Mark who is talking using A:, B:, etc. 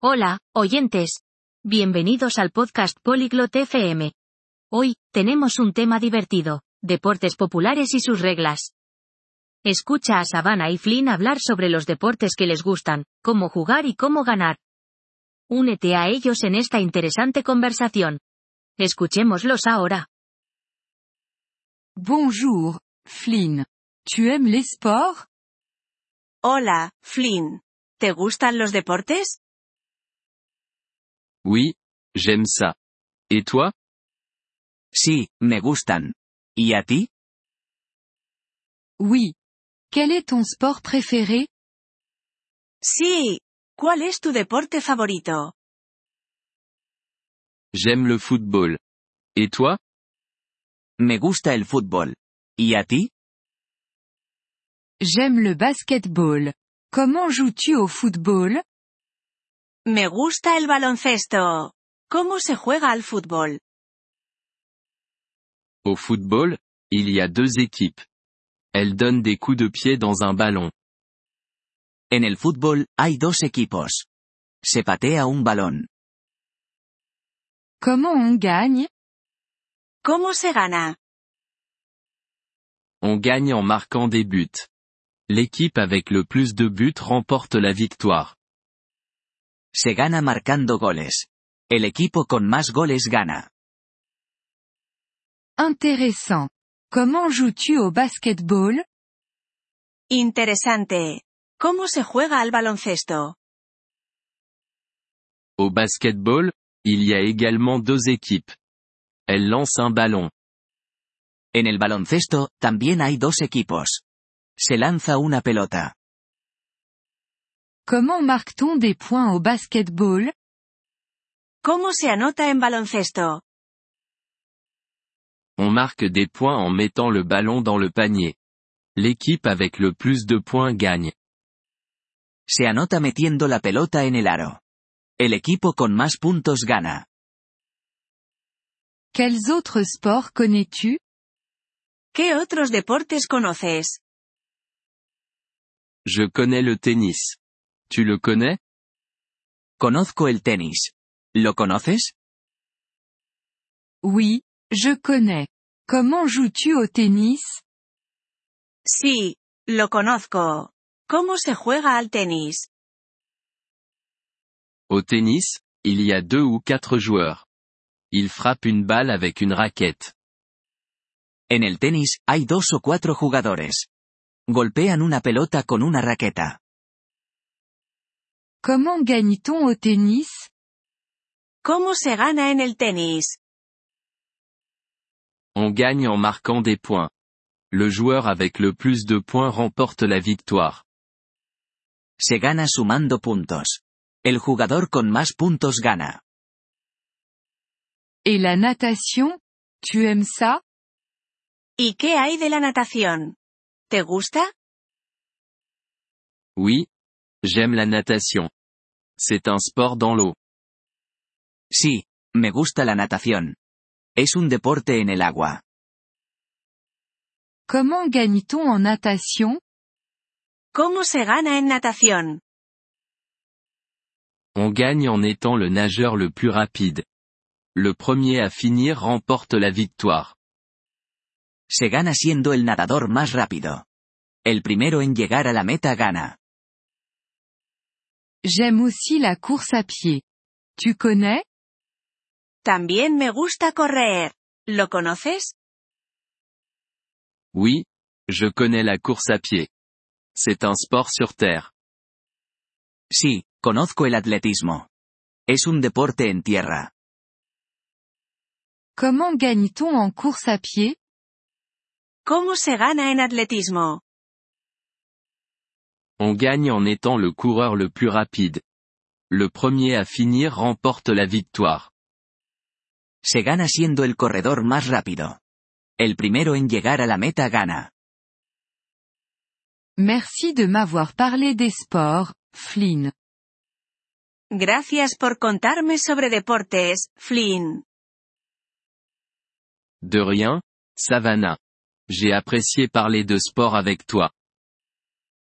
A: Hola, oyentes. Bienvenidos al podcast Polyglot FM. Hoy, tenemos un tema divertido, deportes populares y sus reglas. Escucha a Savannah y Flynn hablar sobre los deportes que les gustan, cómo jugar y cómo ganar. Únete a ellos en esta interesante conversación. Escuchémoslos ahora.
B: Bonjour, Flynn. Tu aimes les sports
C: Hola, Flynn. ¿Te gustan los deportes?
D: Oui, j'aime ça. Et toi
E: Sí, me gustan. ¿Y a ti?
B: Oui. Quel est ton sport préféré
C: Sí. ¿Cuál es tu deporte favorito?
D: J'aime le football. Et toi
E: Me gusta el fútbol. ¿Y a ti?
B: J'aime le basketball. Comment joues-tu au football
C: Me gusta el baloncesto. ¿Cómo se juega al fútbol?
D: Au football, il y a deux équipes. Elles donnent des coups de pied dans un ballon.
E: En el fútbol, hay dos equipos. Se patea un balón.
B: Comment on gagne
C: ¿Cómo se gana?
D: On gagne en marquant des buts. L'équipe avec le plus de buts remporte la victoire.
E: Se gana marcando goles. El equipo con más goles gana.
B: Intéressant. Comment joues-tu au basketball
C: Interesante. ¿Cómo se juega al baloncesto?
D: Au basketball, il y a également deux équipes. Elles lancent un ballon.
E: En el baloncesto, también hay dos equipos. Se lanza una pelota.
B: Comment marque-t-on des points au basketball
C: ¿Cómo se anota en baloncesto?
D: On marque des points en mettant le ballon dans le panier. L'équipe avec le plus de points gagne.
E: Se anota metiendo la pelota en el aro. El equipo con más puntos gana.
B: Quels autres sports connais-tu
C: ¿Qué otros deportes conoces?
D: Je connais le tennis. Tu le connais
E: Conozco el tenis. ¿Lo conoces?
B: Oui, je connais. Comment joues-tu au tennis
C: Sí, lo conozco. ¿Cómo se juega al tenis?
D: Au tennis, il y a deux ou quatre joueurs. Ils frappent une balle avec une raquette.
E: En el tenis, hay dos o cuatro jugadores. Golpean una pelota con una raqueta.
B: Comment gagne-t-on au tennis
C: ¿Cómo se gana en el tenis?
D: On gagne en marquant des points. Le joueur avec le plus de points remporte la victoire.
E: Se gana sumando puntos. El jugador con más puntos gana.
B: Et la natation Tu aimes ça
C: ¿Y qué hay de la natación? ¿Te gusta?
D: Oui. J'aime la natation. C'est un sport dans l'eau.
E: Sí, me gusta la natación. Es un deporte en el agua.
B: Comment gagne-t-on en natation
C: ¿Cómo se gana en natación?
D: On gagne en étant le nageur le plus rapide. Le premier à finir remporte la victoire.
E: Se gana siendo el nadador más rápido. El primero en llegar a la meta gana.
B: J'aime aussi la course à pied. Tu connais
C: También me gusta correr. ¿Lo conoces?
D: Oui. Je connais la course à pied. C'est un sport sur terre.
E: Sí, conozco el atletismo. Es un deporte en tierra.
B: Comment gagne-t-on en course à pied
C: ¿Cómo se gana en atletismo?
D: On gagne en étant le coureur le plus rapide. Le premier à finir remporte la victoire.
E: Se gana siendo el corredor más rápido. El primero en llegar a la meta gana.
B: Merci de m'avoir parlé des sports, Flynn.
C: Gracias por contarme sobre deportes, Flynn.
D: De rien, Savannah. J'ai apprécié parler de sport avec toi.